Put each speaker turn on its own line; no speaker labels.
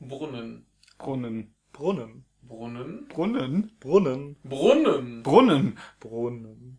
Brunnen.
Brunnen.
Brunnen.
Brunnen.
Brunnen.
Brunnen.
Brunnen.
Brunnen.
Brunnen.